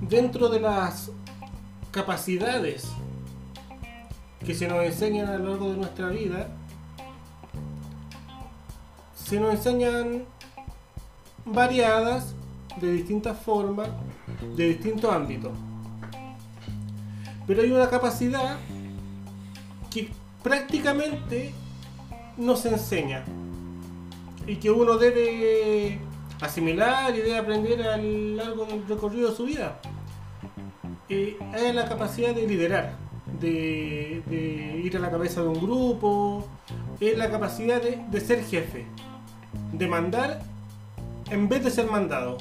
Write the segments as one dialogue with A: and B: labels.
A: dentro de las capacidades que se nos enseñan a lo largo de nuestra vida, se nos enseñan variadas, de distintas formas, de distintos ámbitos. Pero hay una capacidad que prácticamente nos enseña y que uno debe asimilar y debe aprender a lo largo del recorrido de su vida. Eh, es la capacidad de liderar, de, de, ir a la cabeza de un grupo, es la capacidad de, de ser jefe, de mandar en vez de ser mandado.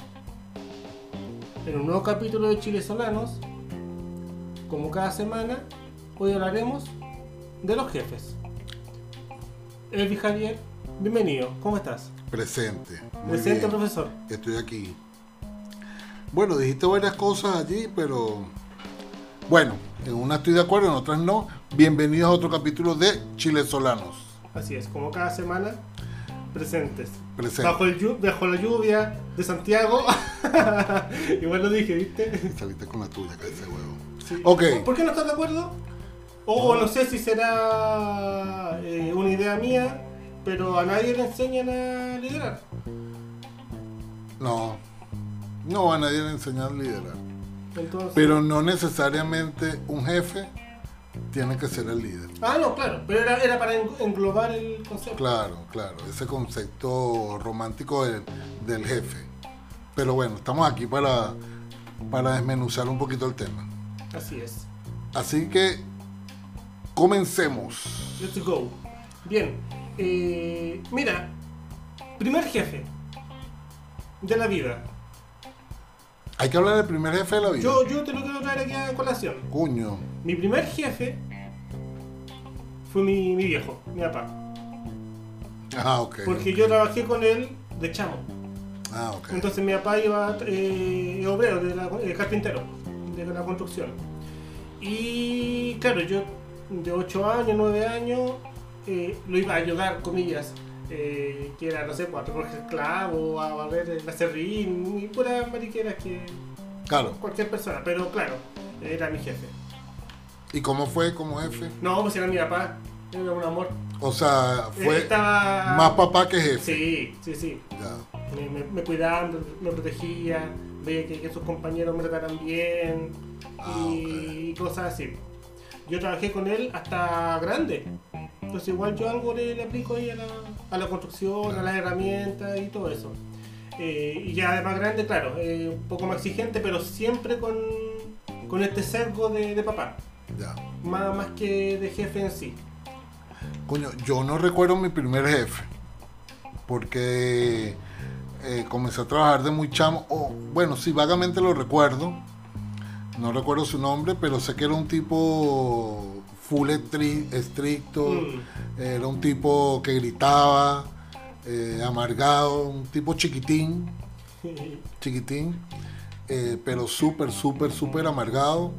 A: En un nuevo capítulo de Chile Solanos, como cada semana, hoy hablaremos de los jefes. Elvi Javier, bienvenido, ¿cómo estás?
B: Presente.
A: Muy Presente, bien. profesor.
B: Estoy aquí. Bueno, dijiste varias cosas allí, pero bueno, en unas estoy de acuerdo, en otras no. Bienvenidos a otro capítulo de Chile Solanos.
A: Así es, como cada semana, presentes. Presente. Bajo, el, bajo, la lluvia de Santiago. Igual lo dije, ¿viste?
B: Saliste con la tuya, cabeza huevo.
A: Sí. Okay. ¿Por qué no estás de acuerdo? O no, no sé si será eh, una idea mía, pero a nadie le enseñan a liderar.
B: No, no a nadie le enseñan a liderar. Entonces, pero no necesariamente un jefe tiene que ser el líder.
A: Ah, no, claro, pero era, era para englobar el concepto.
B: Claro, claro, ese concepto romántico del, del, jefe. Pero bueno, estamos aquí para, para desmenuzar un poquito el tema.
A: Así es.
B: Así que comencemos.
A: Let's go. Bien, eh, mira, primer jefe de la vida.
B: Hay que hablar del primer jefe de la vida.
A: Yo, yo te lo quiero traer aquí a colación.
B: Cuño.
A: Mi primer jefe fue mi, mi viejo, mi papá.
B: Ah, ok.
A: Porque yo trabajé con él de chamo.
B: Ah, ok.
A: Entonces mi papá iba eh, obrero, de la, eh, carpintero, de la construcción. Y claro, yo de 8 años, 9 años, eh, lo iba a ayudar, comillas, eh, que era, no sé, a recoger clavo, a barrer el acerrín, y puras mariqueras que.
B: Claro.
A: Cualquier persona, pero claro, era mi jefe.
B: ¿Y cómo fue como jefe?
A: No, pues era mi papá, era un amor.
B: O sea, fue Estaba... más papá que jefe.
A: Sí, sí, sí.
B: Ya.
A: Me, me, me, cuidaba, me, protegía, veía que, que, sus compañeros me trataran bien ah, y okay. cosas así yo trabajé con él hasta grande. Entonces igual yo algo le, le aplico ahí a la, a la construcción, claro. a las herramientas y todo eso. Eh, y ya de más grande, claro, eh, un poco más exigente, pero siempre con, con este cerco de, de, papá.
B: Ya.
A: Más, más que de jefe en sí.
B: Coño, yo no recuerdo mi primer jefe. Porque eh, comencé a trabajar de muy chamo. Oh, bueno, sí, vagamente lo recuerdo no recuerdo su nombre, pero sé que era un tipo full estricto, mm. era un tipo que gritaba, eh, amargado, un tipo chiquitín,
A: Mm.
B: chiquitín, eh, pero súper, súper, súper amargado.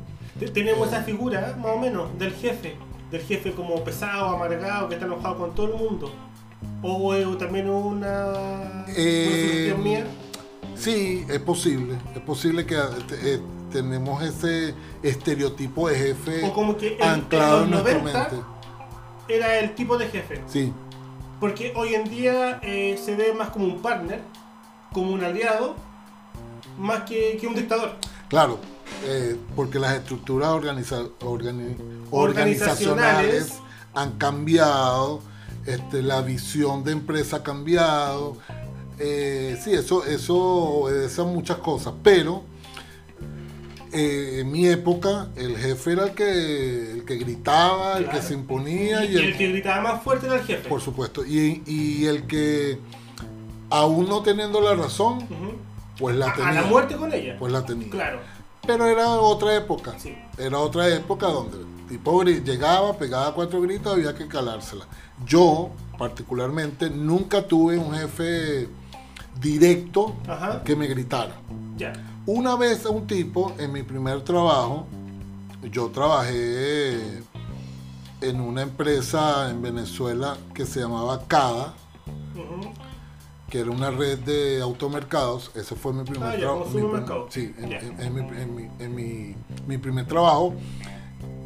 A: Tenemos eh, esa figura, más o menos, del jefe, del jefe como pesado, amargado, que está enojado con todo el mundo. O, eh, o también una, una mía.
B: Sí, es posible, es posible que eh, tenemos ese estereotipo de jefe
A: o como que el, eh, anclado en, los 90 en mente. Era el tipo de jefe.
B: Sí.
A: Porque hoy en día eh, se ve más como un partner, como un aliado, más que, que un dictador.
B: Claro, eh, porque las estructuras organiza, organi, organizacionales, organizacionales, han cambiado, este, la visión de empresa ha cambiado. Eh, sí, eso, eso obedece a muchas cosas, pero eh, en mi época el jefe era el que, el que gritaba, claro. el que se imponía.
A: Y, y el, el, que gritaba más fuerte era el jefe.
B: Por supuesto. Y, y el que, aún no teniendo la razón, uh -huh. pues la
A: a,
B: tenía.
A: A la muerte con ella.
B: Pues la tenía.
A: Claro.
B: Pero era otra época.
A: Sí.
B: Era otra época donde el tipo llegaba, pegaba cuatro gritos, había que calársela. Yo, particularmente, nunca tuve un jefe directo
A: Ajá.
B: que me gritara.
A: Ya.
B: Una vez a un tipo, en mi primer trabajo, yo trabajé en una empresa en Venezuela que se llamaba CADA, uh -huh. que era una red de automercados. Ese fue mi primer
A: Ah, ya,
B: trabajo.
A: como
B: mi prim-
A: supermercado.
B: Sí, en,
A: Ya.
B: en- en mi, en mi- en mi- mi primer trabajo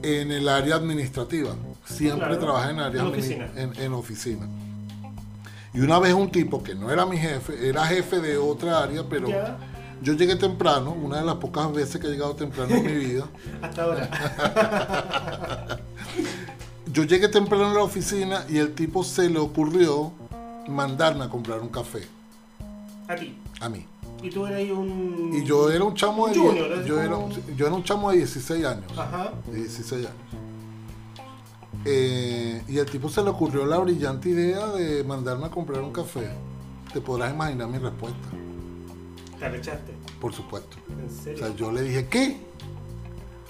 B: en el área administrativa. Siempre
A: Claro.
B: trabajé en área
A: En
B: admini-
A: oficina.
B: En, en oficina. Y una vez un tipo que no era mi jefe, era jefe de otra área, pero
A: Ya,
B: yo llegué temprano, una de las pocas veces que he llegado temprano en mi vida.
A: hasta ahora.
B: Yo llegué temprano a la oficina y el tipo se le ocurrió mandarme a comprar un café
A: A ti.
B: a mí.
A: Y tú eres un.
B: Y yo era un chamo de
A: Junior,
B: die-
A: así
B: yo, era,
A: como- Ah.
B: yo era un chamo de 16 años.
A: Ajá.
B: de 16 años. Eh, y al tipo se le ocurrió la brillante idea de mandarme a comprar un café. Te podrás imaginar mi respuesta,
A: Te arrechaste.
B: por supuesto.
A: En
B: O
A: serio.
B: sea, yo le dije, ¿qué?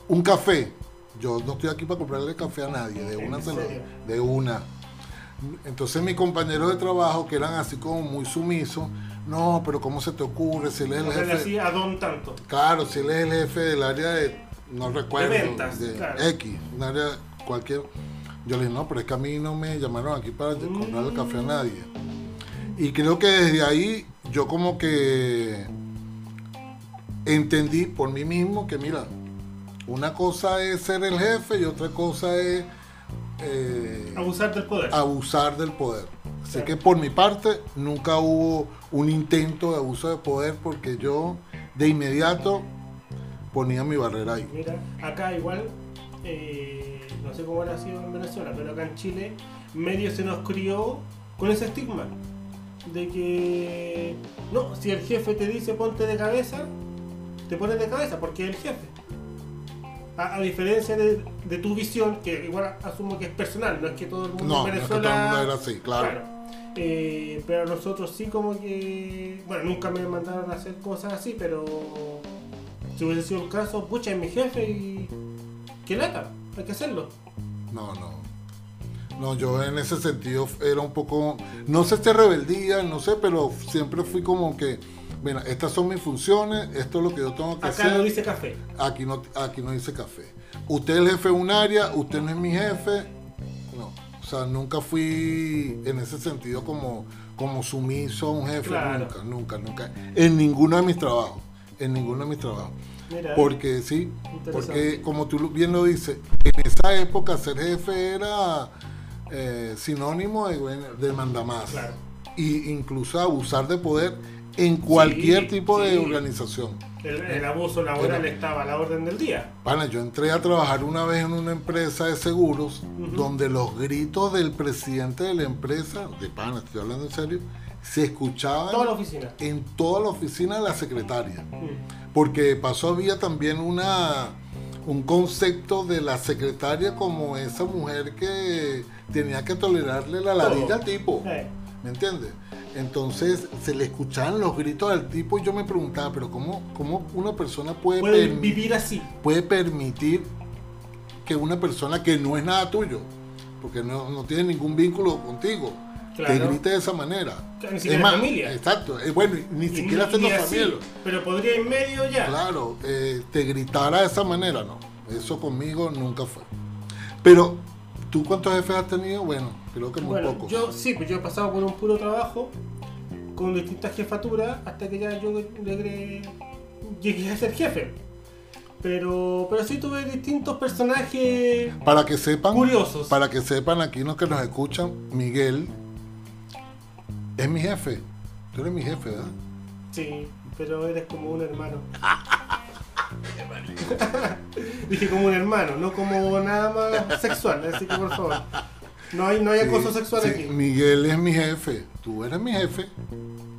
B: ¿Un café? Yo no estoy aquí para comprarle café a nadie, de
A: ¿En
B: una se lo-
A: serio?
B: de una. Entonces mis compañeros de trabajo, que eran así como muy sumisos, no, pero ¿cómo se te ocurre? Si él es el
A: O sea,
B: jefe.
A: le hacía a Don tanto.
B: Claro, si él es el jefe del área de, no recuerdo,
A: De ventas, claro.
B: X, un área cualquier. Yo le dije, no, pero es que a mí no me llamaron aquí para
A: Mm.
B: comprarle café a nadie. Y creo que desde ahí yo como que entendí por mí mismo que mira, una cosa es ser el jefe y otra cosa es eh,
A: Abusar del poder.
B: abusar del poder. Sé
A: Claro.
B: que por mi parte nunca hubo un intento de abuso de poder porque yo de inmediato ponía mi barrera ahí.
A: Mira, acá igual, eh, no sé cómo ha sido en Venezuela, pero acá en Chile medio se nos crió con ese estigma de que no, si el jefe te dice ponte de cabeza, te pones de cabeza porque es el jefe. A, a diferencia de, de tu visión, que igual asumo que es personal, no es que todo el mundo
B: No, no
A: en
B: es que
A: Venezuela.
B: todo el mundo era así, claro.
A: Eh, pero nosotros sí como que... Bueno, nunca me mandaron a hacer cosas así, pero... Si hubiese sido el caso, pucha, es mi jefe y... ¡Qué lata! Hay que hacerlo.
B: No, no. No, yo en ese sentido era un poco, no sé si rebeldía, no sé, pero siempre fui como que, mira, estas son mis funciones, esto es lo que yo tengo que
A: Acá
B: hacer.
A: no dice café.
B: Aquí no, aquí no dice café. Usted es el jefe de un área, usted no es mi jefe. No. O sea, nunca fui en ese sentido como, como sumiso a un jefe.
A: Claro.
B: Nunca, nunca, nunca. En ninguno de mis trabajos. En ninguno de mis trabajos.
A: Mira,
B: Porque sí,
A: Interesante.
B: porque como tú lo- bien lo dices, en esa época ser jefe era eh, sinónimo de, bueno, de mandamás.
A: Claro.
B: Y incluso abusar de poder en cualquier
A: Sí,
B: tipo de
A: sí.
B: organización.
A: el, el abuso laboral estaba a la orden del día.
B: Pana, yo entré a trabajar una vez en una empresa de seguros
A: Ujú.
B: donde los gritos del presidente de la empresa, de pana, estoy hablando en serio, se escuchaban
A: Toda la oficina.
B: en toda la oficina de la secretaria.
A: Mm.
B: Porque de paso había también una, un concepto de la secretaria como esa mujer que tenía que tolerarle la
A: Todo.
B: ladilla al tipo.
A: Eh,
B: ¿Me entiendes? Entonces se le escuchaban los gritos al tipo y yo me preguntaba, pero ¿cómo, cómo una persona puede
A: Pueden
B: permi-
A: vivir así.
B: puede permitir que una persona que no es nada tuyo, porque no, no tiene ningún vínculo contigo, te
A: Claro.
B: grite de esa manera.
A: Que ni siquiera es familia.
B: Exacto. eh, bueno, ni
A: Y
B: siquiera
A: ni-
B: siendo
A: ni así,
B: familia.
A: Pero podría en medio ya.
B: Claro, eh, te gritara de esa manera, no. Eso conmigo nunca fue. Pero, ¿tú cuántos jefes has tenido? Bueno, creo que muy
A: bueno,
B: pocos.
A: yo sí, pues yo he pasado por un puro trabajo con distintas jefaturas hasta que ya yo logré- llegué a ser jefe. Pero, pero sí tuve distintos personajes
B: Para que sepan,
A: curiosos.
B: para que sepan aquí los que nos escuchan, Miguel es mi jefe. Tú eres mi jefe, ¿verdad?
A: Sí, pero eres como un hermano. Dije como un hermano, no como nada más sexual, así que por favor. No hay, no hay acoso
B: Sí,
A: sexual
B: sí,
A: aquí.
B: Miguel es mi jefe. Tú eres mi jefe.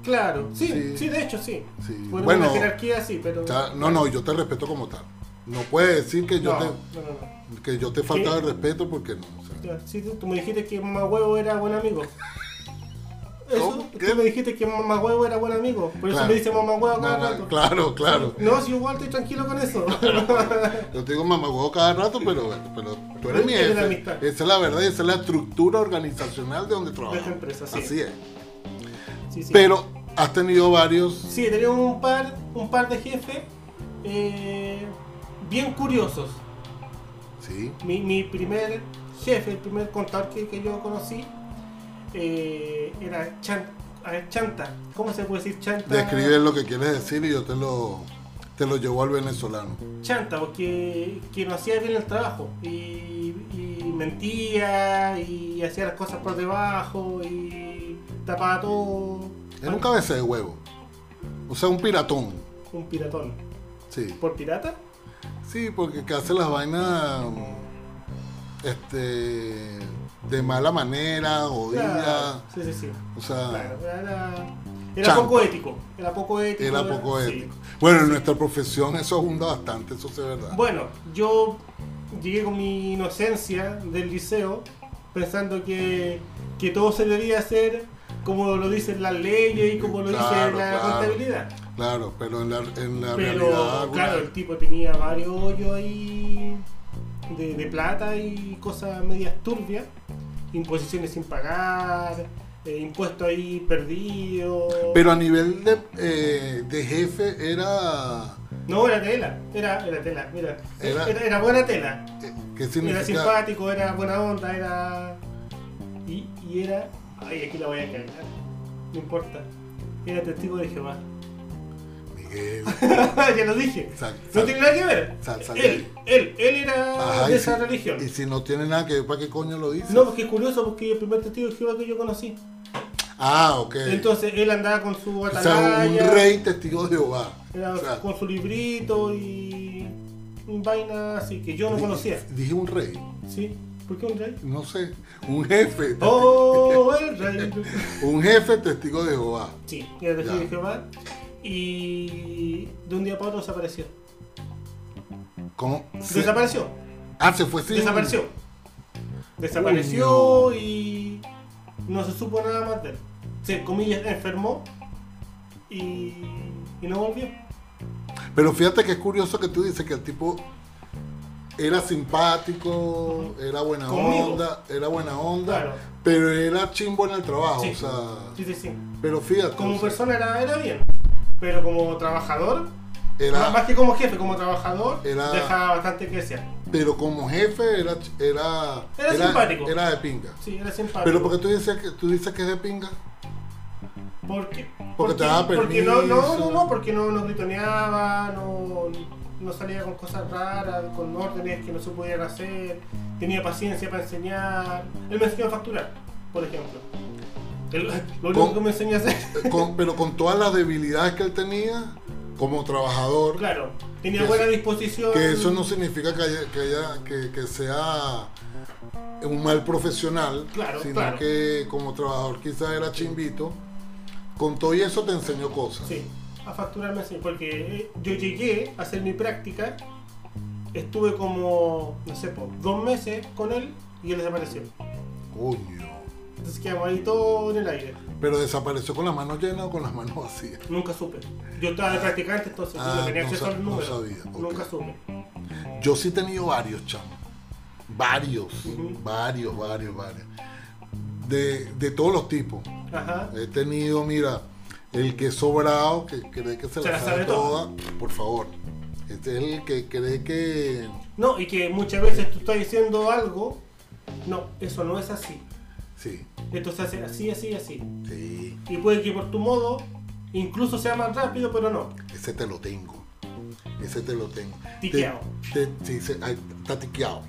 A: Claro, sí,
B: Sí.
A: sí, de hecho sí.
B: Sí,
A: Por
B: bueno,
A: una jerarquía sí, pero.
B: O sea, no, no, yo te respeto como tal. No puedes decir que yo,
A: no, no, no, no.
B: te, que yo te falta de respeto porque no. o sea,
A: Ya, Sí, tú, tú me dijiste que mamá huevo era buen amigo. Eso,
B: ¿Cómo? ¿Qué?
A: tú me dijiste que mamá huevo era buen amigo. Por eso
B: Claro.
A: me dice mamá huevo cada
B: mamá-
A: rato.
B: claro, claro.
A: No, si igual estoy tranquilo con eso.
B: Yo te digo mamagüevo cada rato, pero, pero tú eres mi
A: Es la
B: jefe.
A: amistad.
B: Esa es la verdad y esa es la estructura organizacional de donde trabajas.
A: esta empresa, sí.
B: Así es.
A: Sí, sí.
B: Pero has tenido varios.
A: Sí, tenía un par, un par de jefes eh, bien curiosos.
B: Sí.
A: Mi, mi primer jefe, el primer contador que, que yo conocí, eh, era Chan a ver, chanta. ¿Cómo se puede decir chanta?
B: Describe lo que quieres decir y yo te lo, te lo llevo al venezolano.
A: Chanta, porque que no hacía bien el trabajo y, y mentía y hacía las cosas por debajo y tapaba todo.
B: Era un cabeza de huevo. O sea, un piratón.
A: Un piratón.
B: Sí.
A: ¿Por pirata?
B: Sí, porque que hace las vainas este de mala manera, jodida.
A: Sí, sí, sí.
B: O sea,
A: Claro, era, era
B: Ah. Chanta.
A: poco ético. Era poco ético.
B: era poco
A: sí.
B: ético. Bueno, en nuestra profesión eso abunda bastante, eso sí es verdad.
A: Bueno, yo llegué con mi inocencia del liceo pensando que, que todo se debía hacer como lo dicen las leyes y como lo
B: Claro,
A: dice la
B: claro.
A: contabilidad.
B: Claro, pero en la, en la realidad.
A: Pero claro,
B: bueno,
A: el tipo tenía varios hoyos ahí de, de plata y cosas medias turbias, imposiciones sin pagar, eh, impuestos ahí perdidos.
B: Pero a nivel de, eh, de jefe era.
A: No, era tela, era, era tela, mira.
B: Era-
A: Era, era buena tela,
B: eh, ¿Qué
A: era
B: significa?
A: simpático, era buena onda, era. Y, y era. Ay, aquí la voy a cargar, no importa. Era testigo de Jehová.
B: Miguel.
A: ya lo dije.
B: sal-
A: No
B: sal-
A: tiene nada que ver.
B: Sal- sal-
A: él, él, él era
B: Ajá,
A: de
B: y
A: esa
B: si-
A: religión.
B: Y si no tiene nada que ver, ¿para qué coño lo dice?
A: No, porque es curioso, porque el primer testigo de Jehová que yo conocí.
B: Ah, ok.
A: Entonces él andaba con su
B: o sea, un
A: atalaya,
B: rey testigo de Jehová.
A: era
B: O sea,
A: con su librito y un vaina así que yo no
B: di-
A: conocía.
B: Dije un rey,
A: ¿Sí? ¿Por qué un rey?
B: no sé. Un jefe.
A: ¡Oh, el rey!
B: Un jefe testigo de Jehová.
A: Sí, era testigo
B: Ya.
A: de Jehová. Y de un día para otro desapareció.
B: ¿Cómo? Se-
A: Desapareció.
B: ah, se fue sin.
A: Desapareció. Desapareció y no se supo nada más de él. Se, comillas, enfermó y, y no volvió.
B: Pero fíjate que es curioso que tú dices que el tipo era simpático, era buena
A: Conmigo.
B: onda, era buena onda,
A: Claro.
B: pero era chimbo en el trabajo.
A: Sí.
B: Ah, O sea,
A: Sí, sí, sí.
B: pero fíjate, o
A: Como
B: sea,
A: persona era, era bien, pero como trabajador, más-
B: era,
A: más que como jefe, como trabajador,
B: Era-
A: deja bastante que desear.
B: pero como jefe era, ch- era,
A: Era simpático.
B: era de pinga.
A: Sí, era simpático.
B: Pero porque tú dices que tú dices que es de pinga.
A: ¿Por qué?
B: Porque te daba
A: Porque no, no,
B: permiso.
A: no, no, porque no, no gritoneaba, no, no salía con cosas raras, con órdenes que no se pudieran hacer, tenía paciencia para enseñar. Él me enseñó a facturar, por ejemplo. Él- lo único
B: Con-
A: que me enseñó a hacer.
B: eh, Con- pero con todas las debilidades que él tenía como trabajador,
A: Claro, tenía
B: Que
A: buena
B: eso-
A: disposición.
B: que eso no significa que, haya- que, haya- que- que sea un mal profesional,
A: Claro,
B: sino
A: claro.
B: que como trabajador quizás era chimbito, con todo y eso te enseñó cosas.
A: Sí, a facturarme así, porque eh, yo llegué a hacer mi práctica, estuve como, no sé, po, dos meses con él y él desapareció.
B: Coño.
A: Entonces quedamos ahí todo en el aire.
B: Pero desapareció con las manos llenas o con las manos vacías.
A: Nunca supe. Yo estaba de practicante, entonces yo
B: Ah,
A: no tenía
B: no
A: acceso
B: sa-
A: al
B: no
A: número.
B: sabía, ok.
A: Nunca supe.
B: Yo sí he tenido varios, chamo. Varios,
A: Ujú.
B: varios, varios, varios. De, de todos los tipos.
A: Ajá.
B: He tenido, mira, el que es sobrado, que cree que se, la, sabe, toda. Por favor. Este es el que cree que.
A: No, y que muchas veces tú estás diciendo algo, no, eso no es así.
B: Sí,
A: Esto se hace así, así, así.
B: sí,
A: Y puede que por tu modo, incluso sea más rápido, pero no.
B: ese te lo tengo. Ese te lo tengo.
A: Tiqueado.
B: Te- te- sí, se- ay, está tiqueado.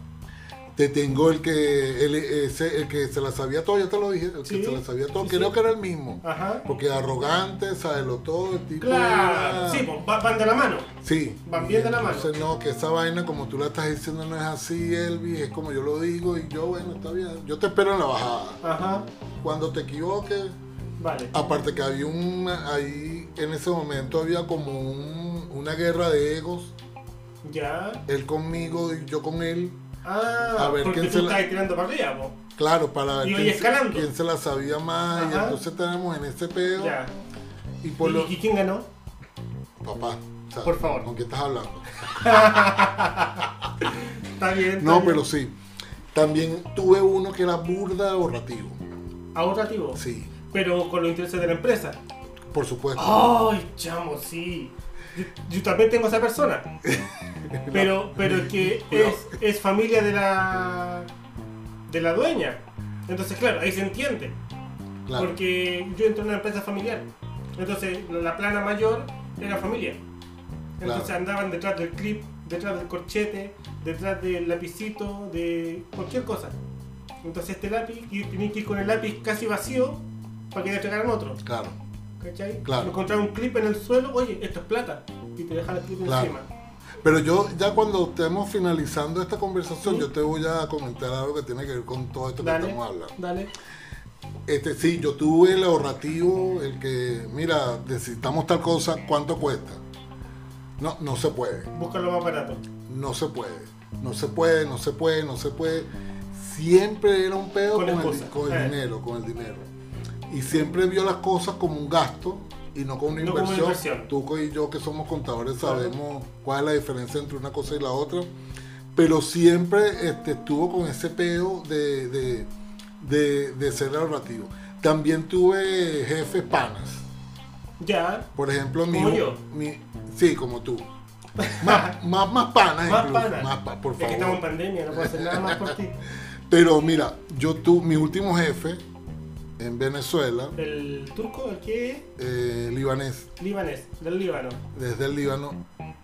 B: Te tengo el que el, ese- el que se la sabía todo, ya te lo dije, el que
A: Sí,
B: se la sabía todo,
A: sí,
B: creo
A: sí.
B: que era el mismo.
A: Ajá.
B: Porque arrogante, sabelo todo, el tipo.
A: Claro,
B: era-
A: sí, pues va- van de la mano.
B: Sí.
A: Van bien de la mano.
B: Entonces, no, que esa vaina, como tú la estás diciendo, no es así, Elvis, es como yo lo digo, y yo, bueno, está bien. Yo te espero en la bajada.
A: Ajá,
B: Cuando te equivoques,
A: vale.
B: aparte que había un. Ahí, en ese momento, había como un- una guerra de egos,
A: Ya.
B: él conmigo y yo con él.
A: Ah,
B: A ver,
A: porque
B: ¿quién se
A: tú
B: la-
A: estás tirando para arriba, po.
B: Claro, para ver
A: Y
B: quién,
A: oye,
B: se-
A: escalando.
B: quién se la sabía más, y
A: Ajá.
B: entonces tenemos en este pedo.
A: Ya.
B: Y por
A: ¿Y-
B: lo.
A: ¿Y quién ganó?
B: Papá, o sea,
A: Por favor.
B: ¿con qué estás hablando?
A: Está bien. está
B: No,
A: bien.
B: pero sí. También tuve uno que era burda borrativo.
A: Ahorrativo.
B: Sí,
A: Pero con los intereses de la empresa.
B: por supuesto.
A: Ah, Ay, chamo, sí. Yo, yo también tengo esa persona. Pero, pero es que es, es familia de la. de la dueña. Entonces, claro, ahí se entiende.
B: Claro.
A: Porque yo entré en una empresa familiar. Entonces, la plana mayor era familia. Entonces
B: Claro.
A: andaban detrás del clip, detrás del corchete, detrás del lapicito, de cualquier cosa. Entonces este lápiz, y tenías que ir con el lápiz casi vacío para que te entregaran otro.
B: Claro.
A: ¿Cachai?
B: Claro.
A: Encontrar un clip en el suelo, oye, esto es plata. Y te dejan el clip
B: Claro.
A: encima.
B: Pero yo, ya cuando estemos finalizando esta conversación, yo te voy a comentar algo que tiene que ver con todo esto que
A: Dale.
B: estamos hablando.
A: Dale.
B: Este, sí, yo tuve el ahorrativo, el que, mira, necesitamos tal cosa, ¿cuánto cuesta? No, no se puede,
A: Búscalo más barato.
B: no se puede, no se puede, no se puede, no se puede. Siempre era un pedo
A: Con
B: con, el, di-
A: excusa,
B: con el
A: eh.
B: dinero, con el dinero. Y siempre vio las cosas como un gasto y no como una
A: No como una
B: inversión.
A: inversión.
B: Tú y yo que somos contadores
A: Claro.
B: sabemos cuál es la diferencia entre una cosa y la otra. Pero siempre este, estuvo con ese pedo de, de, de- de ser ahorrativo. También tuve jefes panas.
A: Ya.
B: Por ejemplo, mi,
A: Como yo.
B: mi- Sí, como tú. Más, más, más panas,
A: Más
B: incluso.
A: panas.
B: Más pa- por
A: Es que
B: favor.
A: estamos en pandemia, no puedo hacer nada más por ti.
B: Pero mira, yo tu, mi último jefe en Venezuela,
A: El turco, el que
B: eh, libanés,
A: es libanés, del Líbano.
B: desde el Líbano,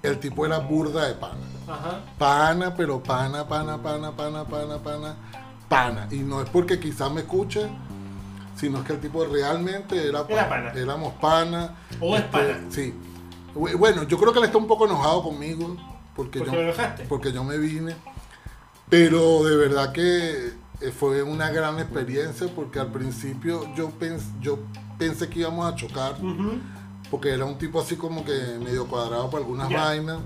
B: el tipo era burda de pana.
A: Ajá.
B: Pana, pero pana, pana, pana, pana, pana, pana, pana. Y no es porque quizás me escuche, sino es que el tipo realmente era
A: Era pana.
B: Éramos pana. Este,
A: O es pana.
B: Sí. Bu- Bueno, yo creo que él está un poco enojado conmigo, porque,
A: Porque
B: yo,
A: lo dejaste.
B: porque yo me vine. Pero de verdad que eh, fue una gran experiencia, porque al principio yo, pens- yo pensé que íbamos a chocar
A: Ujú.
B: porque era un tipo así como que medio cuadrado para algunas
A: Ya.
B: vainas.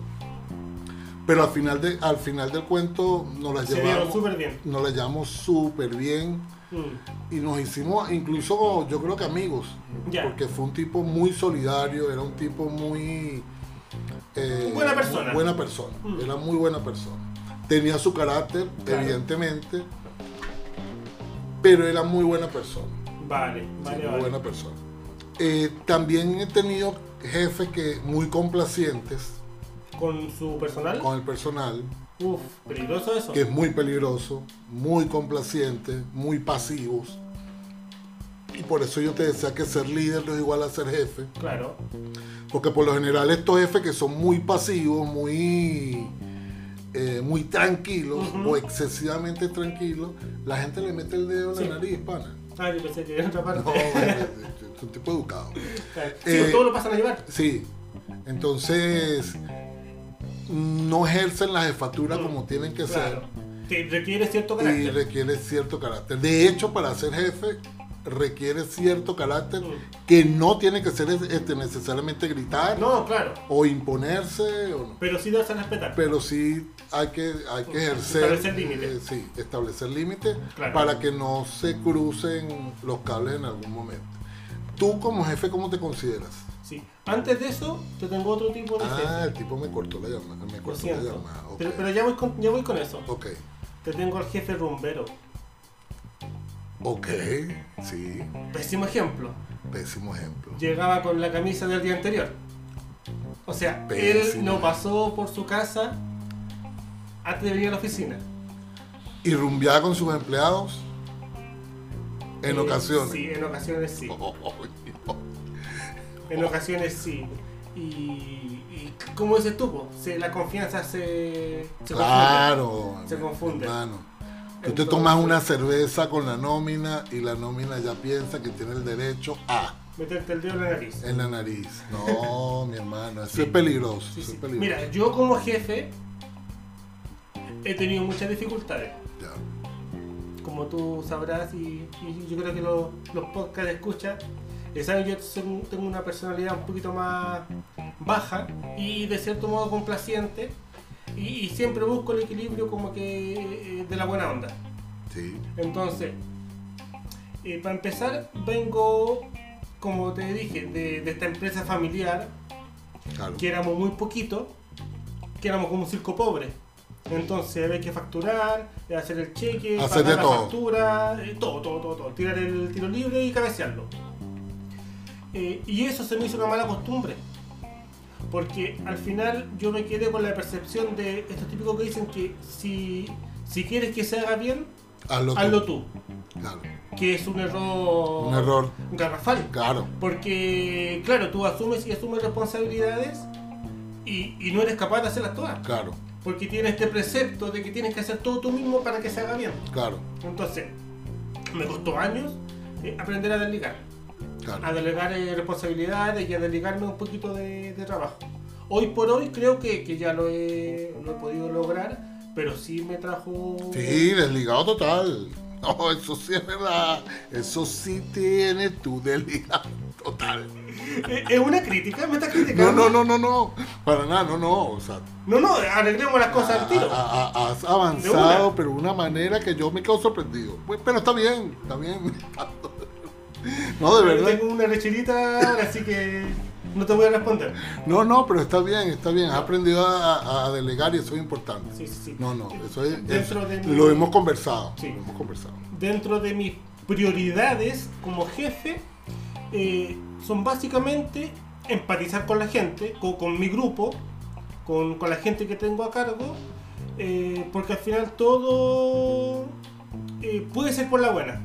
B: Pero al final, de, al final del cuento nos las
A: Se dieron
B: llevamos,
A: súper bien.
B: nos las llevamos súper bien
A: Mm.
B: y nos hicimos incluso yo creo que amigos,
A: Ya.
B: porque fue un tipo muy solidario, era un tipo muy... eh,
A: Buena persona.
B: muy buena persona,
A: Mm.
B: era muy buena persona. Tenía su carácter,
A: Claro.
B: evidentemente, pero era muy buena persona.
A: Vale,
B: Sí,
A: vale,
B: muy
A: vale.
B: buena persona. Eh, también he tenido jefes que muy complacientes
A: Con su personal.
B: con el personal,
A: Uf, peligroso eso.
B: que es muy peligroso, muy complacientes, muy pasivos. Y por eso yo te decía que ser líder no es igual a ser jefe,
A: Claro.
B: porque por lo general estos jefes que son muy pasivos, muy, eh, muy tranquilos
A: Ujú.
B: o excesivamente tranquilos, la gente le mete el dedo en
A: Sí.
B: la nariz, pana.
A: Ah, yo pensé que era otra parte.
B: No, es un tipo educado.
A: Claro. Sí,
B: Eh,
A: todo lo pasan a llevar.
B: Sí. Entonces, no ejercen la jefatura
A: Mm,
B: como tienen que
A: Claro. Te requiere cierto
B: ser y
A: carácter.
B: requiere cierto carácter. De hecho, para ser jefe requiere cierto carácter
A: Mm.
B: que no tiene que ser este, necesariamente gritar
A: No, claro.
B: o imponerse o no.
A: Pero sí das a respetar.
B: Pero sí hay que, hay que ejercer.
A: Establecer límites.
B: eh, sí, establecer límites
A: Claro.
B: para que no se crucen los cables en algún momento. Tú como jefe, ¿cómo te consideras?
A: Sí. Antes de eso, te tengo otro tipo de
B: Ah,
A: jefe.
B: el tipo me cortó la llamada. Me
A: Lo
B: cortó la
A: siento.
B: llamada. ah, Ok.
A: Pero, pero ya, voy con, ya voy con eso.
B: ok.
A: Te tengo al jefe rumbero.
B: Ok. Sí.
A: Pésimo ejemplo.
B: Pésimo ejemplo.
A: Llegaba con la camisa del día anterior. O sea, él
B: Pésimo.
A: no pasó por su casa antes de venir a la oficina.
B: ¿Y rumbeaba con sus empleados? En
A: Eh,
B: ocasiones.
A: Sí, en ocasiones sí.
B: Oh, oh, oh.
A: En ocasiones sí. Y, y ¿cómo dices tú? po? Se- la confianza se, se
B: Claro.
A: Se confunde.
B: Hermano. Tú te
A: Entonces-
B: tomas una cerveza con la nómina y la nómina ya piensa que tiene el derecho a
A: confunde. Meterte el dedo en la nariz.
B: en la nariz. No, mi hermano, eso es peligroso.
A: Sí,
B: eso
A: sí.
B: es peligroso.
A: Mira, yo como jefe he tenido muchas dificultades.
B: Ya.
A: Como tú sabrás y, y yo creo que lo- los podcast escuchan. eh, Saben, yo soy- tengo una personalidad un poquito más baja y de cierto modo complaciente. Y, y siempre busco el equilibrio como que eh, de la buena onda.
B: Sí.
A: Entonces, eh, para empezar, vengo, como te dije, de, de esta empresa familiar,
B: Claro.
A: que éramos muy poquitos, que éramos como un circo pobre. Entonces había que facturar, eh, hacer el cheque,
B: Hacer de
A: la
B: todo.
A: factura, eh, todo, todo, todo, todo. Tirar el tiro libre y cabecearlo. Eh, y eso se me hizo una mala costumbre. Porque al final yo me quedé con la percepción de estos típicos que dicen que si, si quieres que se haga bien,
B: Hazlo tú.
A: hazlo tú
B: Claro.
A: que es un error,
B: Un error.
A: garrafal.
B: Claro.
A: Porque, claro, tú asumes y asumes responsabilidades y, y no eres capaz de hacerlas todas.
B: Claro,
A: Porque tienes este precepto de que tienes que hacer todo tú mismo para que se haga bien.
B: claro,
A: Entonces, me costó años eh, aprender a delegar. A
B: claro.
A: delegar eh, responsabilidades y a delegarme un poquito de, de trabajo. Hoy por hoy creo que, que ya lo he, lo he podido lograr, pero sí me trajo...
B: Sí, desligado total. No, eso sí es verdad. Eso sí tiene tu desligado total.
A: Eh, ¿Es una crítica? ¿Me estás
B: No,
A: criticando?
B: no, no, no, no. Para nada, no, no. O sea,
A: No, no, arreglemos las
B: Ah,
A: cosas al tiro.
B: ha- ha- has
A: De
B: avanzado, pero de una manera que yo me quedo sorprendido. Pues, Pero está bien, está bien. No, de
A: Yo
B: verdad.
A: Tengo una lecherita ahora, así que no te voy a responder.
B: No, no, pero está bien, está bien. Has aprendido a, a- a delegar y eso es importante.
A: Sí, sí, sí.
B: No, no, eso es.
A: Dentro de
B: es-
A: mi-
B: Lo hemos conversado.
A: Sí.
B: Lo hemos conversado.
A: Dentro de mis prioridades como jefe, eh, son básicamente empatizar con la gente, con, con mi grupo, con, con la gente que tengo a cargo, eh, porque al final todo eh, puede ser por la buena.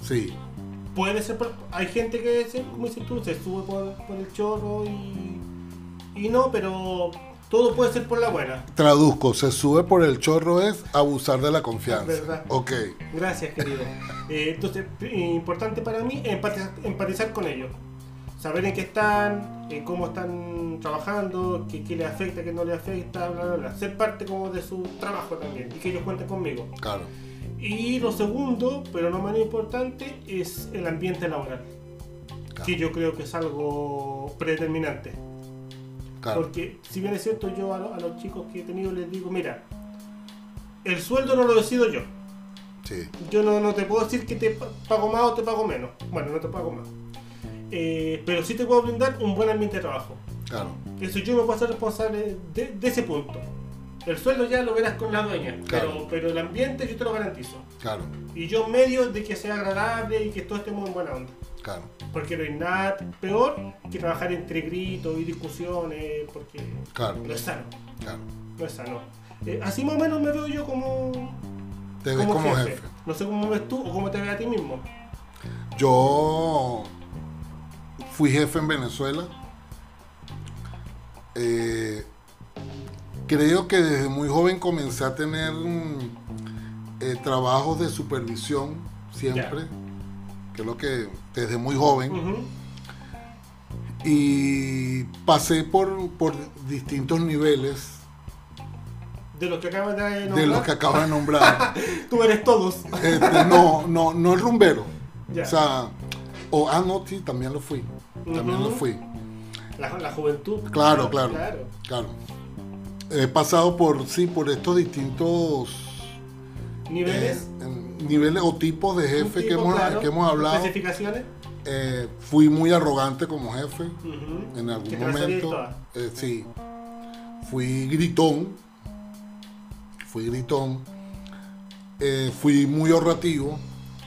B: Sí,
A: Puede ser por- Hay gente que, se, como dices tú, se sube por, por el chorro y, y no, pero todo puede ser por la buena.
B: Traduzco, se sube por el chorro es abusar de la confianza.
A: Es verdad.
B: Ok,
A: Gracias, querido. Eh, entonces, pr- importante para mí empatizar, empatizar con ellos. Saber en qué están, en cómo están trabajando, qué, qué les afecta, qué no les afecta, bla, bla, bla. Ser parte como de su trabajo también y que ellos cuenten conmigo.
B: claro.
A: Y lo segundo, pero no menos importante, es el ambiente laboral,
B: Claro,
A: que yo creo que es algo predeterminante.
B: claro.
A: Porque si bien es cierto, yo a, lo- a los chicos que he tenido les digo, mira, el sueldo no lo decido yo.
B: Sí,
A: Yo no, no te puedo decir que te pa- pago más o te pago menos. Bueno, no te pago más. Eh, pero sí te puedo brindar un buen ambiente de trabajo.
B: claro,
A: Eso yo me puedo hacer responsable de, de ese punto. El sueldo ya lo verás con la dueña,
B: Claro.
A: pero, pero el ambiente yo te lo garantizo.
B: claro,
A: Y yo medio de que sea agradable y que todos estemos en buena onda.
B: claro.
A: Porque no hay nada peor que trabajar entre gritos y discusiones, porque
B: Claro.
A: no es sano,
B: claro.
A: no es sano. Eh, así más o menos me veo yo como,
B: Te ves como jefe.
A: No sé cómo me ves tú o cómo te ves a ti mismo.
B: Yo fui jefe en Venezuela. Eh, creo que desde muy joven comencé a tener mm, eh, trabajos de supervisión siempre. Que es lo que desde muy joven.
A: Ujú.
B: y pasé por, por distintos niveles
A: De los que acabas de nombrar,
B: de los que acabo de nombrar.
A: tú eres todos.
B: Este, no, no, no el rumbero.
A: Ya.
B: O sea, o ah, no, sí, también lo fui. También lo
A: Ujú.
B: fui.
A: la, la juventud.
B: Claro, claro. Claro. He pasado por, sí, por estos distintos
A: Niveles.
B: eh, em, niveles o tipos de Eh, jefe
A: un
B: que,
A: tipo,
B: hemos,
A: claro,
B: que hemos hablado.
A: Especificaciones.
B: Eh, fui muy arrogante como jefe
A: Ujú.
B: en
A: Que
B: algún
A: te la sabías
B: momento.
A: todas.
B: eh, sí. Fui gritón. Fui gritón. eh, fui muy ahorrativo,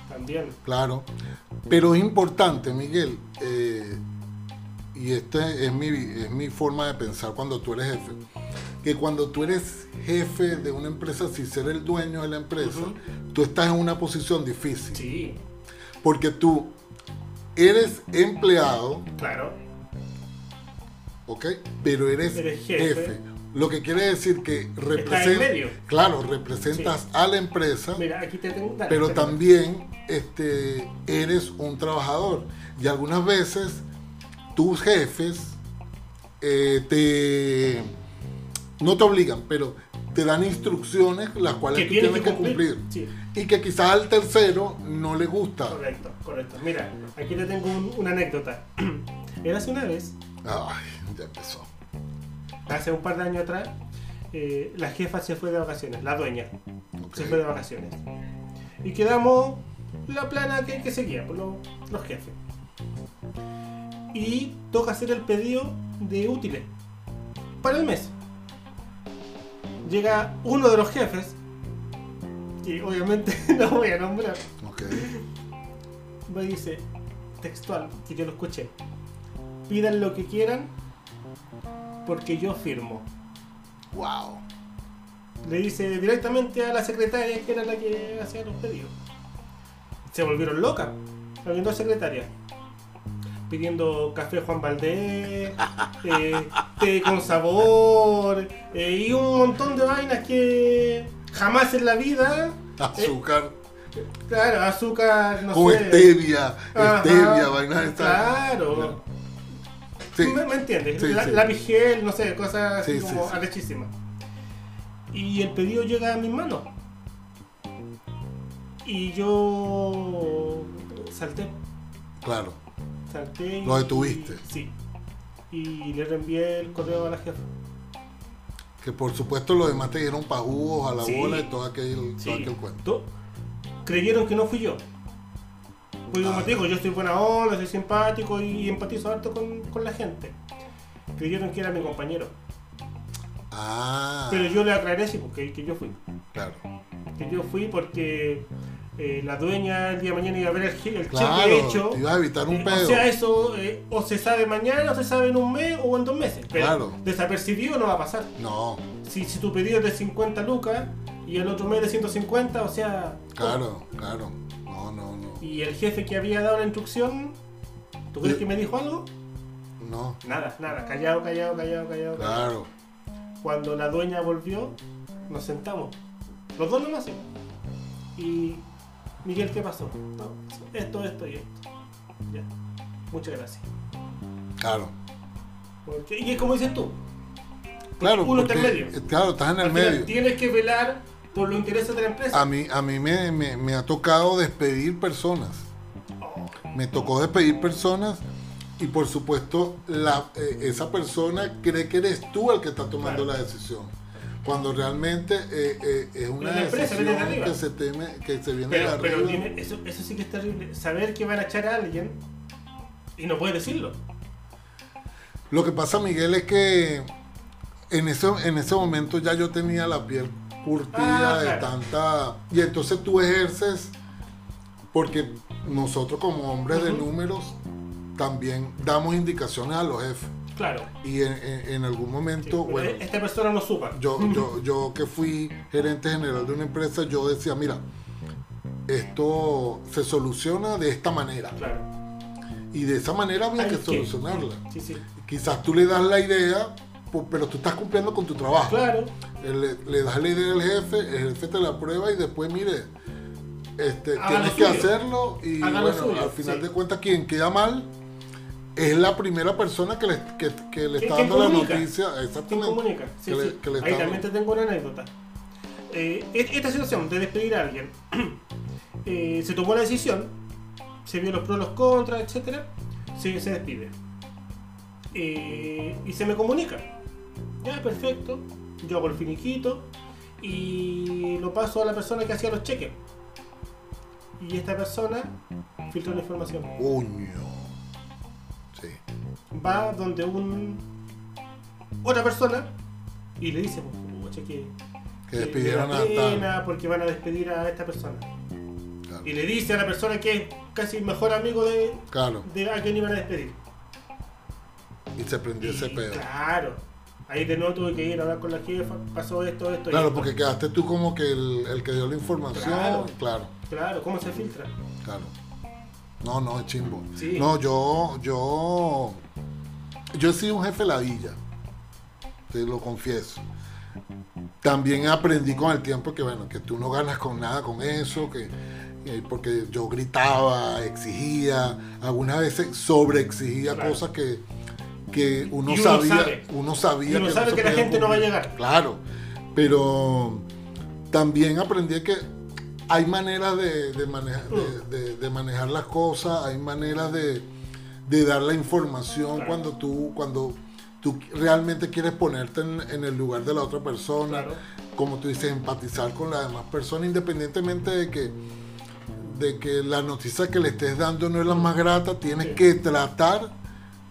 A: También.
B: claro. Pero es importante, Miguel, eh, y esta es mi, es mi forma de pensar cuando tú eres jefe, que cuando tú eres jefe de una empresa, si ser el dueño de la empresa, tú estás en una posición difícil.
A: Sí,
B: Porque tú eres empleado,
A: claro.
B: ¿ok? Pero eres,
A: Eres jefe.
B: jefe. Lo que quiere decir que
A: en
B: representas,
A: medio.
B: claro, representas a la empresa,
A: Mira, aquí te tengo dale,
B: pero
A: espérame.
B: también este, eres un trabajador. Y algunas veces tus jefes eh, te no te obligan, pero te dan instrucciones las cuales
A: Que
B: tú
A: tienes que
B: cumplir.
A: cumplir. Sí,
B: Y que quizás al tercero no le gusta.
A: correcto, correcto. Mira, aquí te tengo un- una anécdota. Era hace una vez,
B: Ay, ya empezó.
A: hace un par de años atrás, eh, la jefa se fue de vacaciones, la dueña.
B: Ok.
A: se fue de vacaciones. Y quedamos la plana que, que seguía, por lo- los jefes. Y toca hacer el pedido de útiles para el mes. Llega uno de los jefes, que obviamente no voy a nombrar,
B: Ok.
A: me dice textual, que yo lo escuché, pidan lo que quieran porque yo firmo.
B: Wow.
A: Eh, le dice directamente a la secretaria que era la que hacía los pedidos. se volvieron locas. Habían dos secretarias. Pidiendo café Juan Valdés, eh, té con sabor, eh, y un montón de vainas que jamás en la vida.
B: Azúcar,
A: Claro, azúcar, no
B: con
A: sé.
B: stevia,
A: Ajá,
B: stevia, vaina de esta.
A: Claro.
B: Sí,
A: ¿Me, me entiendes?
B: Sí,
A: la,
B: sí.
A: lápiz gel, no sé, cosas así
B: Sí, sí,
A: como
B: sí.
A: arrechísimas. Y el pedido llega a mis manos. Y yo salté,
B: claro.
A: salté. y-
B: Lo detuviste.
A: Sí. Y le reenvié el correo a la jefa.
B: Que por supuesto los demás te dieron pajugos a la
A: Sí.
B: bola y todo aquel,
A: Sí.
B: todo aquel cuento.
A: To- Creyeron que no fui yo. Porque como
B: Ah.
A: te digo, yo soy buena onda, soy simpático y empatizo harto con, con la gente. Creyeron que era mi compañero.
B: Ah,
A: Pero yo le aclaré sí, porque que yo fui.
B: claro.
A: que yo fui porque eh, la dueña el día de mañana iba a ver el, che- el
B: Claro,
A: cheque hecho.
B: te ibas a evitar un
A: Eh,
B: pedo.
A: O sea, eso eh, o se sabe mañana, o se sabe en un mes o en dos meses. Pero
B: Claro.
A: desapercibido no va a pasar.
B: No,
A: Si, si tu pedido es de 50 lucas y el otro mes de 150, o sea.
B: claro, claro. No, no, no.
A: Y el jefe que había dado la instrucción, ¿tú crees que me dijo algo?
B: No,
A: Nada, nada, callado, callado, callado, callado.
B: claro.
A: Cuando la dueña volvió, nos sentamos. Los dos nomás. sí. Y Miguel, ¿qué pasó? No, esto, esto y esto. Ya. Muchas gracias.
B: Claro.
A: Porque- y es como dices tú.
B: Claro,
A: uno está en
B: porque-
A: medio.
B: eh, Claro, estás en el
A: al final
B: medio. Ah,
A: Tienes que velar por los intereses de la empresa.
B: A mí, a mí me, me- me ha tocado despedir personas. Me tocó despedir personas y por supuesto la, eh, esa persona cree que eres tú el que está tomando
A: Claro.
B: la decisión. Cuando realmente eh, eh, es una
A: la empresa viene de
B: decisión
A: arriba.
B: que se teme, que se viene de
A: pero
B: arriba.
A: pero tiene- eso, eso sí que es terrible. Saber que van a echar a alguien y no puedes decirlo.
B: Lo que pasa, Miguel, es que en ese, en ese momento ya yo tenía la piel curtida
A: Ah,
B: de
A: claro.
B: tanta. Y entonces tú ejerces, porque nosotros como hombres de
A: Ujú.
B: números también damos indicaciones a los jefes.
A: Claro.
B: Y en, en- en algún
A: Sí,
B: momento,
A: pero
B: bueno,
A: Esta persona no supa.
B: yo, yo, yo que fui gerente general de una empresa, yo decía, mira, esto se soluciona de esta manera.
A: Claro.
B: Y de esa manera había
A: Hay
B: que
A: que-
B: solucionarla
A: Sí, sí.
B: quizás tú le das la idea, po- pero tú estás cumpliendo con tu trabajo.
A: Claro.
B: Le, le das la idea al jefe, el jefe te la aprueba y después, mire, este,
A: Haga
B: tienes
A: lo
B: que
A: suyo.
B: hacerlo y
A: Haga lo
B: bueno,
A: suyo,
B: al final
A: sí.
B: de cuentas quien queda mal es la primera persona que le, que, que le
A: Que-
B: está
A: que
B: dando la
A: comunica.
B: noticia.
A: ¿Quién
B: Exactamente.
A: comunica? Sí,
B: Que le-
A: sí.
B: que le
A: Ahí
B: está-
A: también te tengo una anécdota. Eh, et- esta situación de despedir a alguien, eh, se tomó la decisión, se vio los pros, los contras, etc. Se, se despide. Eh, y se me comunica. Ya, perfecto. Yo hago el finiquito y lo paso a la persona que hacía los cheques. Y esta persona filtró la información.
B: Coño. Sí.
A: va donde un otra persona y le dice, "Pues, pucha, que,
B: Que despidieron
A: me
B: a
A: da
B: tal.
A: pena porque van a despedir a esta persona.
B: Claro.
A: Y le dice a la persona que es casi mejor amigo de,
B: Claro,
A: de a quien iban a despedir.
B: y se prendió ese
A: Y
B: pedo.
A: Claro. Ahí de nuevo tuve que ir a hablar con la jefa, pasó esto, esto. y
B: Claro,
A: esto.
B: porque quedaste tú como que el, el que dio la información.
A: Claro.
B: claro.
A: Claro, ¿cómo se filtra?
B: Claro. No, no, es chimbo.
A: Sí.
B: No, yo, yo, yo he sido un jefe ladilla, te lo confieso. También aprendí con el tiempo que, bueno, que tú no ganas con nada con eso, que eh, porque yo gritaba, exigía, algunas veces sobreexigía
A: Claro.
B: cosas que, que uno,
A: Y uno
B: sabía,
A: sabe.
B: uno sabía
A: Y uno sabe
B: se
A: que la
B: podía
A: gente no va a
B: cumplir.
A: llegar.
B: Claro, pero también aprendí que hay maneras de, de manejar, de,
A: Mm.
B: de- de manejar las cosas, hay maneras de, de dar la información
A: Claro.
B: cuando tú cuando tú realmente quieres ponerte en, en el lugar de la otra persona,
A: Claro.
B: como tú dices, empatizar con la demás persona, independientemente de que de que la noticia que le estés dando no es la más grata, tienes
A: Sí.
B: que tratar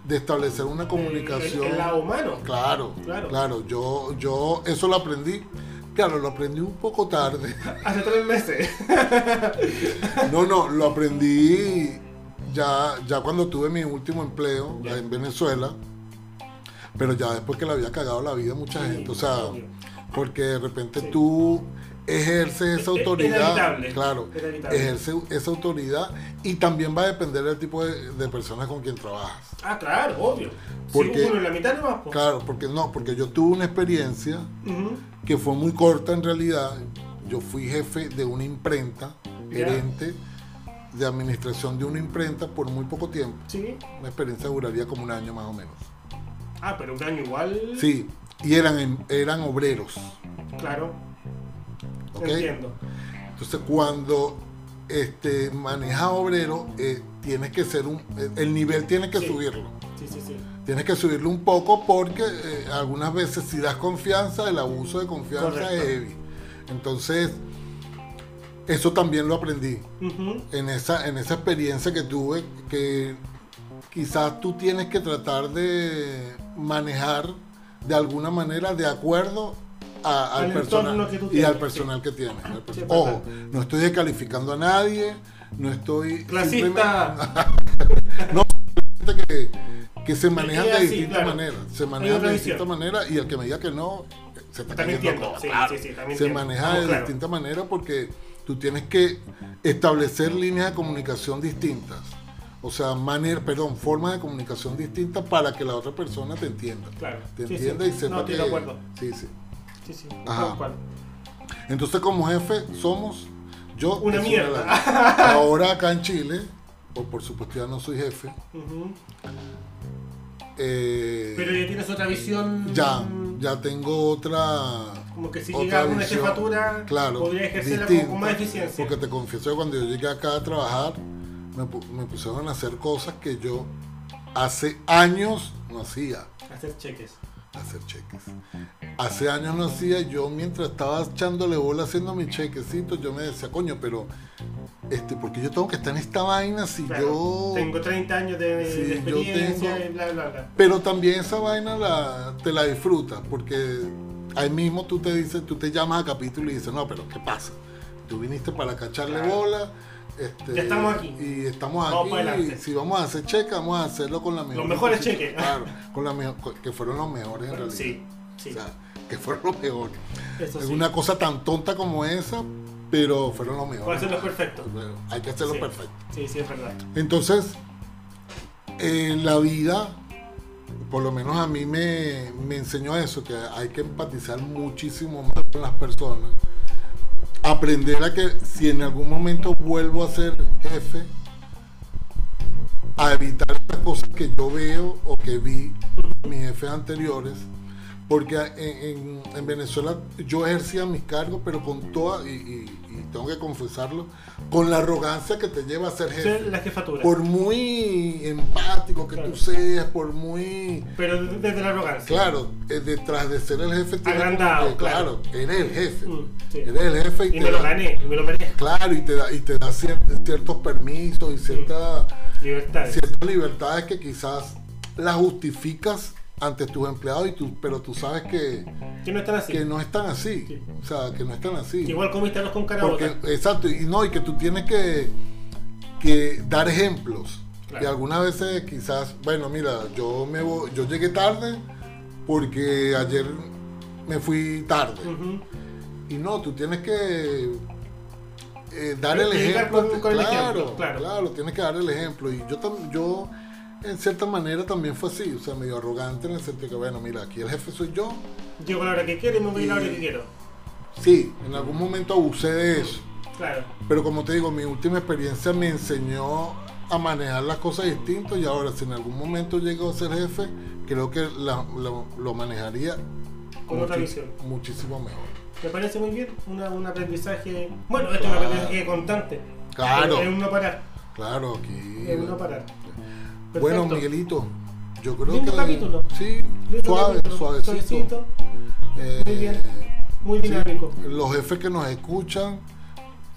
B: de establecer una comunicación.
A: El, el lado humano.
B: Claro,
A: Claro.
B: claro, Yo, yo eso lo aprendí. Claro, lo aprendí un poco tarde.
A: Hace tres meses.
B: No, no, lo aprendí ya, ya cuando tuve mi último empleo
A: Ya.
B: en Venezuela. Pero ya después que le había cagado la vida a mucha
A: Sí,
B: gente. O sea,
A: obvio.
B: porque de repente
A: Sí.
B: tú ejerce esa
A: E-
B: autoridad.
A: inevitable.
B: Claro,
A: Inevitable.
B: ejerce esa autoridad y también va a depender del tipo de, de personas con quien trabajas.
A: Ah, claro, obvio.
B: Porque-
A: si uno en la mitad nomás, pues.
B: Claro, porque no, porque yo tuve una experiencia
A: Ujú.
B: que fue muy corta en realidad. Yo fui jefe de una imprenta,
A: Ya.
B: gerente de administración de una imprenta por muy poco tiempo.
A: Sí.
B: Una experiencia duraría como un año más o menos.
A: Ah, pero un año igual.
B: Sí, y eran, em- eran obreros.
A: Claro.
B: ¿ok?
A: Entiendo.
B: Entonces, cuando este, manejas obrero, eh, tienes que ser un. eh, El nivel tienes que
A: Sí.
B: subirlo.
A: Sí, sí, sí.
B: Tienes que subirlo un poco porque eh, algunas veces, si das confianza, el abuso de confianza es
A: Correcto.
B: heavy. Entonces, eso también lo aprendí
A: Ujú.
B: en esa, en esa experiencia que tuve, que quizás tú tienes que tratar de manejar de alguna manera de acuerdo a-
A: Al
B: al,
A: entorno
B: personal
A: que tú
B: y
A: tienes,
B: al personal que tienes. al perso-
A: Sí, es
B: Ojo,
A: verdad.
B: no estoy descalificando a nadie, no estoy
A: Clasista.
B: simplemente que, que se manejan de
A: así,
B: distintas
A: claro.
B: maneras, se
A: Hay
B: manejan
A: otra
B: de
A: visión.
B: distintas maneras y el que me diga que no eh, se está
A: También
B: cayendo
A: entiendo.
B: a
A: Sí,
B: coba,
A: sí, sí, también
B: se
A: entiendo.
B: maneja
A: Estamos
B: de
A: claros.
B: distintas maneras porque tú tienes que establecer líneas de comunicación distintas. O sea, manera, perdón, formas de comunicación distintas para que la otra persona te entienda.
A: Claro.
B: Te
A: Sí, sí.
B: entienda y sepa
A: No, estoy
B: que.
A: de acuerdo.
B: Sí, sí.
A: Sí, sí.
B: Ajá.
A: Tal cual.
B: Entonces, como jefe, somos yo.
A: Una
B: que soy
A: mierda.
B: la- Ahora acá en Chile, o por supuesto ya no soy jefe.
A: Ujú.
B: eh,
A: Pero ya tienes otra visión.
B: ya, ya tengo otra.
A: Como que si
B: otra
A: llega a una
B: visión,
A: jefatura,
B: claro,
A: podría ejercerla
B: distinta,
A: con, con más eficiencia.
B: Porque te confieso que cuando yo llegué acá a trabajar, me, pu- me pusieron a hacer cosas que yo hace años no hacía.
A: Hacer cheques.
B: Hacer cheques. Hace años no hacía, yo mientras estaba echándole bola haciendo mis chequecitos, yo me decía, coño, pero este, porque yo tengo que estar en esta vaina si
A: Claro.
B: yo.
A: Tengo 30 años de,
B: Sí,
A: de
B: yo
A: experiencia
B: tengo-
A: y bla, bla, bla.
B: Pero también esa vaina la, te la disfrutas, porque ahí mismo tú te dices, tú te llamas a capítulo y dices, no, pero ¿qué pasa? Tú viniste para cacharle
A: Claro.
B: bola. este,
A: Ya estamos aquí.
B: Y estamos
A: Vamos para
B: aquí.
A: adelante.
B: Y si vamos a hacer cheque, vamos a hacerlo con la mejor.
A: mejores
B: actitud,
A: cheques.
B: Claro, con la mejor- con- que fueron los mejores en realidad.
A: Sí, sí.
B: O sea, que fueron los mejores.
A: eso
B: Es
A: sí.
B: una cosa tan tonta como esa, pero fueron los mejores.
A: Para hacerlo perfecto.
B: Bueno, hay que hacerlo
A: Sí.
B: perfecto.
A: Sí, sí, es verdad.
B: Entonces, eh, la vida, por lo menos a mí me, me enseñó eso, que hay que empatizar muchísimo más con las personas. Aprender a que si en algún momento vuelvo a ser jefe, a evitar las cosas que yo veo o que vi en mis jefes anteriores. Porque en, en- en Venezuela yo ejercía mis cargos, pero con toda, y, y- y tengo que confesarlo, con la arrogancia que te lleva a ser jefe.
A: Ser la jefatura.
B: Por muy empático que
A: Claro.
B: tú seas, por muy...
A: Pero de- desde la arrogancia.
B: Claro, eh, detrás de ser el jefe... tienes
A: Agrandado,
B: que- claro, eres el jefe.
A: Mm, sí.
B: Eres el jefe y,
A: Y
B: te
A: me lo
B: da-
A: gané, y me lo merezco.
B: Claro, y te da, y te da cier- ciertos permisos y ciertas
A: Libertades.
B: ciertas libertades que quizás las justificas ante tus empleados, y tú, pero tú sabes que,
A: Que no están así.
B: que no están así.
A: Sí.
B: O sea, que no están así.
A: Que Igual comiste arroz con
B: Porque,
A: carabota.
B: exacto, y no, y que tú tienes que, que dar ejemplos.
A: Claro.
B: Y algunas veces quizás, bueno, mira, yo me voy- yo llegué tarde porque ayer me fui tarde.
A: Ujú.
B: Y no, tú tienes que eh, dar el
A: Explicar
B: ejemplo.
A: con- con el
B: claro,
A: ejemplo, claro.
B: claro, tienes que dar el ejemplo. Y yo tam- yo en cierta manera también fue así, o sea, medio arrogante en el sentido que, bueno, mira, aquí el jefe soy yo.
A: Llego a la hora que quiero y me voy a la hora que quiero.
B: Sí, en algún momento abusé de eso.
A: Claro.
B: Pero como te digo, mi última experiencia me enseñó a manejar las cosas distinto y ahora si en algún momento llego a ser jefe, creo que la- lo, lo manejaría
A: Con otra
B: muchi-
A: visión.
B: muchísimo mejor.
A: Me parece muy bien. Una- un aprendizaje. Bueno, esto es un
B: Claro.
A: aprendizaje constante.
B: Claro.
A: Es uno parar.
B: Claro, aquí...
A: Es uno parar.
B: Bueno,
A: Perfecto.
B: Miguelito, yo creo
A: Lindo
B: que...
A: capítulo.
B: Sí,
A: Lindo
B: suave,
A: capítulo.
B: suavecito.
A: Suavecito,
B: Eh,
A: Muy bien. Muy
B: sí,
A: dinámico.
B: los jefes que nos escuchan,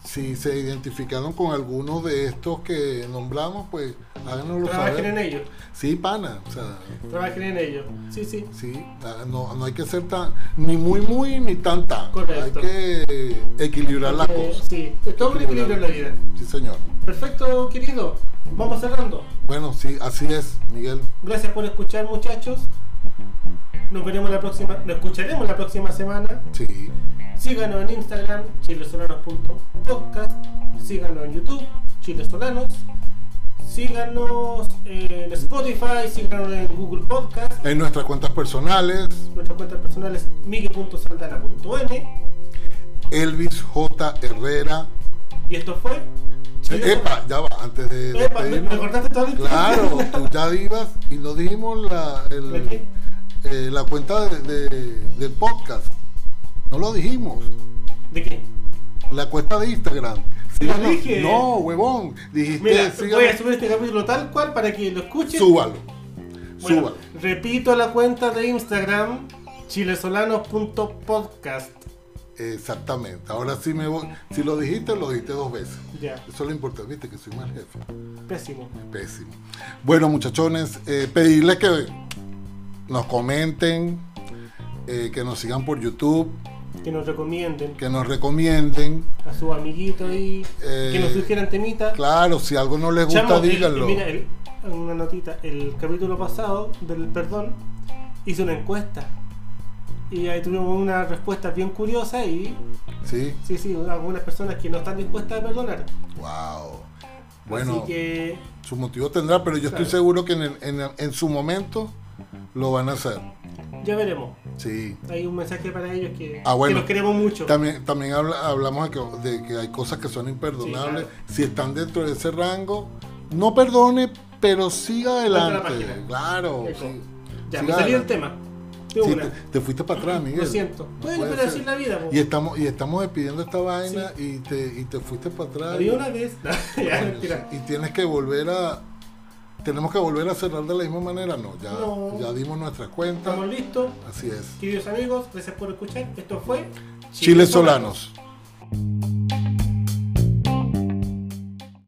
B: si se identificaron con alguno de estos que nombramos, pues háganoslo
A: Trabajen en
B: saber.
A: ello.
B: Sí, pana, o sea...
A: Trabajen en ello. Sí, sí.
B: Sí, ah, no, no hay que ser tan, ni muy, muy, ni tan, tan.
A: Correcto.
B: Hay que equilibrar las
A: Eh,
B: cosas.
A: Sí. Todo un equilibrio en la vida.
B: Sí, señor.
A: Perfecto, querido. Vamos cerrando.
B: Bueno, sí, así es, Miguel.
A: Gracias por escuchar, muchachos. Nos veremos la próxima, nos escucharemos la próxima semana.
B: Sí.
A: Síganos en Instagram, chilesolanos.podcast. Síganos en YouTube, chilesolanos. Síganos en Spotify, síganos en Google Podcast.
B: En nuestras cuentas personales,
A: Nuestras cuentas personales, migue.saldana.n.
B: Elvis J. Herrera.
A: Y esto fue. Chile
B: Epa, ya va, antes de
A: Sola- Epa, me, me
B: despedirnos.
A: acordaste todo el
B: Claro, tú ya ibas y nos dijimos la, el-
A: ¿De qué?
B: eh, la cuenta de- de- del podcast. No lo dijimos.
A: ¿De qué?
B: La cuenta de Instagram.
A: Lo
B: Síganos-
A: dije.
B: No, huevón. Dijiste,
A: Mira, voy
B: síganos.
A: a subir este capítulo tal cual para que lo escuchen.
B: Súbalo.
A: Bueno,
B: Súbalo.
A: repito la cuenta de Instagram, chilesolanos.podcast.
B: Exactamente. Ahora sí me voy. Si lo dijiste, lo dijiste dos veces.
A: Ya,
B: Eso es lo importante, viste que soy mal jefe.
A: pésimo.
B: Pésimo. Bueno, muchachones, eh, pedirles que nos comenten, eh, que nos sigan por YouTube,
A: Que nos recomienden
B: que nos recomienden.
A: a sus amiguitos y
B: Eh,
A: que nos sugieran temitas.
B: Claro, si algo no les gusta,
A: Chamo, el-
B: díganlo.
A: mira, eh, el- una notita. El capítulo pasado del perdón hizo una encuesta. Y ahí tuvimos una respuesta bien curiosa y
B: Sí,
A: sí, sí, algunas personas que no están dispuestas a perdonar.
B: wow. Bueno,
A: Así que
B: su motivo tendrá, pero yo estoy
A: Claro.
B: seguro que en, el- en el- en su momento lo van a hacer.
A: ya veremos.
B: Sí.
A: Hay un mensaje para ellos que,
B: Ah, bueno.
A: que los queremos mucho.
B: También, también habla- hablamos de que, de que hay cosas que son imperdonables.
A: Sí,
B: Si están dentro de ese rango, no perdone, pero siga adelante.
A: página.
B: Claro.
A: Eso.
B: sí.
A: Ya,
B: Sí,
A: me salí
B: claro.
A: del tema. De
B: Sí,
A: una.
B: te, te fuiste para atrás, Miguel.
A: Lo siento.
B: No
A: bueno,
B: puede
A: pero
B: ser.
A: así es la vida. po.
B: Y estamos, y estamos despidiendo esta vaina y, te, y te fuiste para atrás.
A: Había una vez. ya,
B: Coño,
A: mentira.
B: sí. Y tienes que volver a. Tenemos que volver a cerrar de la misma manera. No, ya,
A: No.
B: ya dimos nuestras cuentas.
A: Estamos listos.
B: Así es.
A: Queridos amigos, gracias por escuchar. Esto fue
B: Chiles Solanos.